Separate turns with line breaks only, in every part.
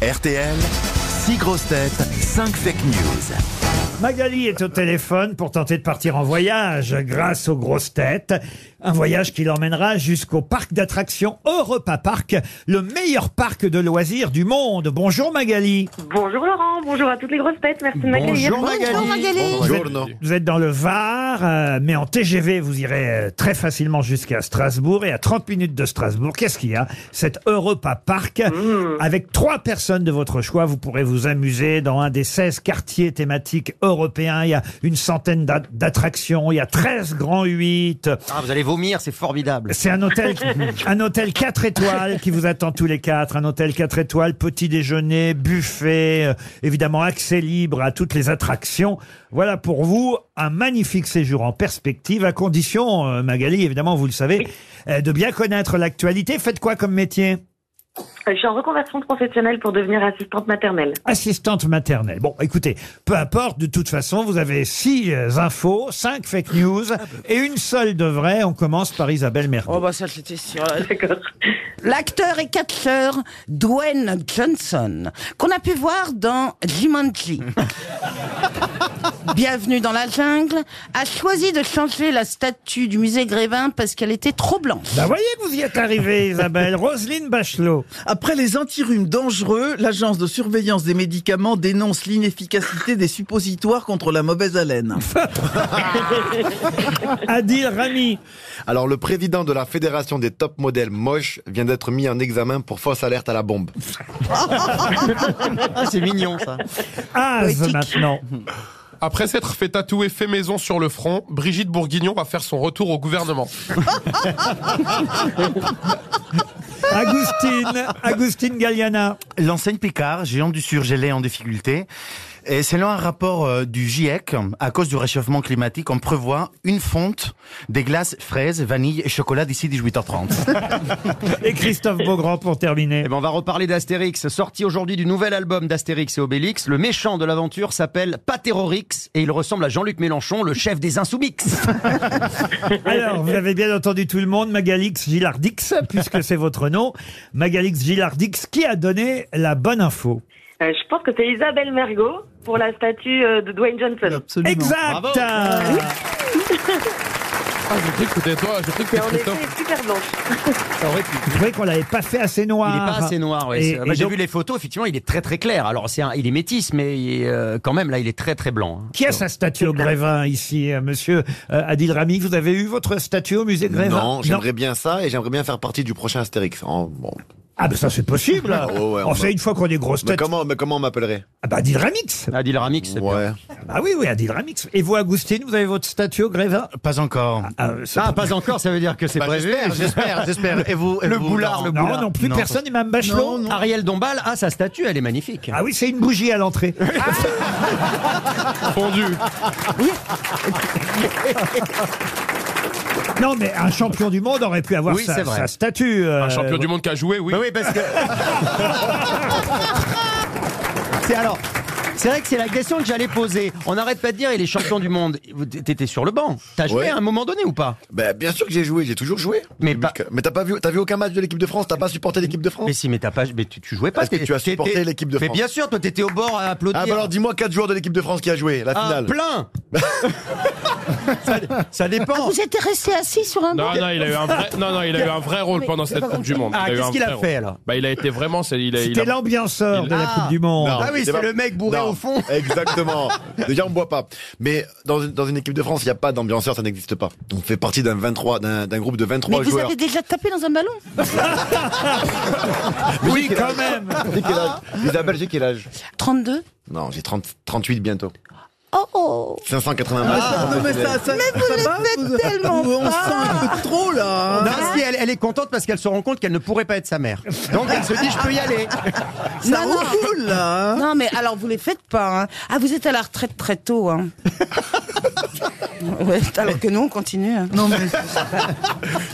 RTL, 6 grosses têtes, 5 fake news.
Magali est au téléphone pour tenter de partir en voyage grâce aux grosses têtes. Un voyage qui l'emmènera jusqu'au parc d'attractions Europa Park, le meilleur parc de loisirs du monde. Bonjour Magali.
Bonjour Laurent, bonjour à toutes les grosses têtes, merci de m'accueillir.
Vous êtes- Vous êtes dans le Var, euh, mais en TGV, vous irez euh, très facilement jusqu'à Strasbourg. Et à 30 minutes de Strasbourg, qu'est-ce qu'il y a Cet Europa Park. Avec trois personnes de votre choix, vous pourrez vous amuser dans un des 16 quartiers thématiques européens. Il y a une centaine d'a- d'attractions, il y a 13 grands 8.
Ah, vous allez vomir, c'est formidable.
C'est un hôtel, un hôtel 4 étoiles qui vous attend tous les quatre. Un hôtel 4 étoiles, petit déjeuner, buffet, euh, évidemment accès libre à toutes les attractions. Voilà pour vous un magnifique séjour en perspective, à condition, euh, Magali, évidemment, vous le savez, euh, de bien connaître l'actualité. Faites quoi comme métier
Euh, Je suis en reconversion professionnelle pour devenir assistante maternelle.
Assistante maternelle. Bon, écoutez, peu importe, de toute façon, vous avez six euh, infos, cinq fake news et une seule de vraie. On commence par Isabelle Mergo.
Oh bah ça c'était sûr.
D'accord.
L'acteur et catcheur Dwayne Johnson, qu'on a pu voir dans Jumanji. Bienvenue dans la jungle, a choisi de changer la statue du musée Grévin parce qu'elle était trop blanche.
Bah voyez que vous y êtes arrivée, Isabelle. Roselyne Bachelot.
Après les antirhumes dangereux, l'agence de surveillance des médicaments dénonce l'inefficacité des suppositoires contre la mauvaise haleine.
Adil Rami.
Alors, le président de la Fédération des top modèles moches vient d'être mis en examen pour fausse alerte à la bombe.
Ah, c'est mignon, ça.
Az
Poétique.
maintenant.
Après s'être fait tatouer fait maison sur le front, Brigitte Bourguignon va faire son retour au gouvernement.
Agustine. Agustine Galliana.
L'enseigne Picard, géant du surgelé en difficulté. Et selon un rapport euh, du GIEC, à cause du réchauffement climatique, on prévoit une fonte des glaces fraises, vanille et chocolat d'ici 18h30.
Et Christophe Beaugrand pour terminer.
Eh ben, on va reparler d'Astérix. Sorti aujourd'hui du nouvel album d'Astérix et Obélix, le méchant de l'aventure s'appelle Paterorix et il ressemble à Jean-Luc Mélenchon, le chef des Insoumis.
Alors, vous avez bien entendu tout le monde, Magalix Gilardix, puisque c'est votre nom. Magalix Gilardix, qui a donné la bonne info
Euh, je pense que c'est Isabelle Mergot pour la statue euh, de Dwayne Johnson.
Absolument.
Exact
Ah, j'ai cru que c'était toi, j'ai cru que
Et
c'était
en effet,
Christophe.
super blanche.
Vous voyez qu'on l'avait pas fait assez noir.
Il est pas assez noir, ouais.
Et-
C'est-
et
bah, J'ai
donc-
vu les photos, effectivement, il est très très clair. Alors, c'est un- il est métis, mais il est, euh, quand même, là, il est très très blanc. hein.
Qui a sa statue au Grévin ici, euh, monsieur euh, Adil Rami Vous avez eu votre statue au musée Grévin
Non, j'aimerais bien ça et j'aimerais bien faire partie du prochain Astérix. En- bon.
Ah, ben ça, c'est possible.
Ah ouais, ouais,
on
on
sait
va-
une fois qu'on est grosse
Mais
tête.
comment, mais comment on m'appellerait
Ah, bah, Adil Ramix.
Adil Ramix, c'est bien.
Ouais.
Ah oui, oui, Adil Ramix. Et vous, Agustine, vous avez votre statue au Grévin
Pas encore.
Ah, euh, c'est
Ah,
pas-
pas encore, ça veut dire que c'est
Bah,
prévu.
j'espère, j'espère, j'espère. Et vous, et
Le
vous,
boulard,
Laurent
le
Non,
Oula.
non, plus
Non,
personne, et même Bachelot.
Ariel Dombal a sa statue, elle est magnifique.
Ah oui, c'est une bougie à l'entrée.
Fondu.
non, mais un champion du monde aurait pu avoir
Oui,
sa,
c'est vrai.
sa statue. euh,
Un champion du monde qui a joué, oui.
Bah oui, parce que. c'est alors. C'est vrai que c'est la question que j'allais poser. On n'arrête pas de dire, il est champion du monde. Vous- T'étais sur le banc. T'as joué
Ouais.
à un moment donné ou pas
Ben, bien sûr que j'ai joué, j'ai toujours joué.
Mais
Depuis
pas-
que- mais t'as pas vu, t'as vu aucun match de l'équipe de France, t'as pas supporté l'équipe de France.
Mais si, mais t'as pas, mais tu, tu jouais pas.
Est-ce que
t'es-
tu as
t'étais-
supporté l'équipe de
Mais
France
bien sûr, toi t'étais au bord à applaudir.
Ah bah alors dis-moi quatre joueurs de l'équipe de France qui a joué la
Ah,
finale.
plein. ça, ça
Ah,
dépend.
vous étiez resté assis sur un
Non,
banc
non, il a eu un vrai, non, non, il a eu un vrai rôle pendant cette Coupe du Monde.
Ah,
Il a eu
qu'est-ce
un
qu'il a
vrai
fait,
rôle.
alors
Bah, il a été vraiment, c'est, il a, il
C'était
a-
l'ambianceur
il-
de la
Ah
Coupe du Monde.
Non.
Ah oui, c'est
pas-
le mec bourré
Non,
au fond.
Exactement. Déjà, on boit pas. Mais dans une, dans une équipe de France, il n'y a pas d'ambianceur, ça n'existe pas. On fait partie d'un 23, d'un d'un groupe de
Mais
23
Oh,
vous
joueurs.
avez déjà tapé dans un ballon
Oui, quand même.
J'ai quel âge
Ah.
Isabelle, j'ai quel âge
32
Non, j'ai 30 38 bientôt.
Oh oh
580
Ah, Non, mais ça, ça, Ah, ça va, vous-
tellement
vous- on sent un peu trop là. hein.
Non, si elle, elle est contente parce qu'elle se rend compte qu'elle ne pourrait pas être sa mère. Donc elle se dit, je peux y aller.
ça
Non, non.
roule là. hein.
Non mais alors vous les faites pas. hein. Ah vous êtes à la retraite très tôt. Hein. Ouais, alors que nous on continue. hein.
Non mais,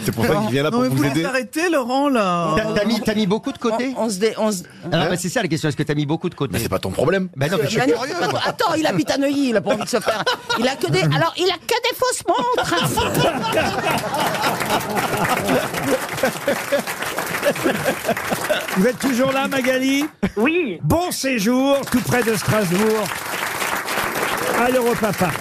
C'est pour ça qu'il vient là
non,
pour
mais
vous
vous
aider.
arrêtez Laurent
Oh.
là.
T'as t'as mis, t'as mis beaucoup de côté.
On, on se dé- on se-
Ah, bah, c'est ça la question. Est-ce que t'as mis beaucoup de
Hein Mais
côté
c'est pas ton problème.
Bah non, mais je suis
Bah non,
curieux.
c'est pas toi. Attends, il habite à Neuilly, il a pas envie de se faire. Il a que des, alors il a que des fausses montres.
Vous êtes toujours là, Magali
Oui.
Bon séjour, tout près de Strasbourg, à l'Europa Park.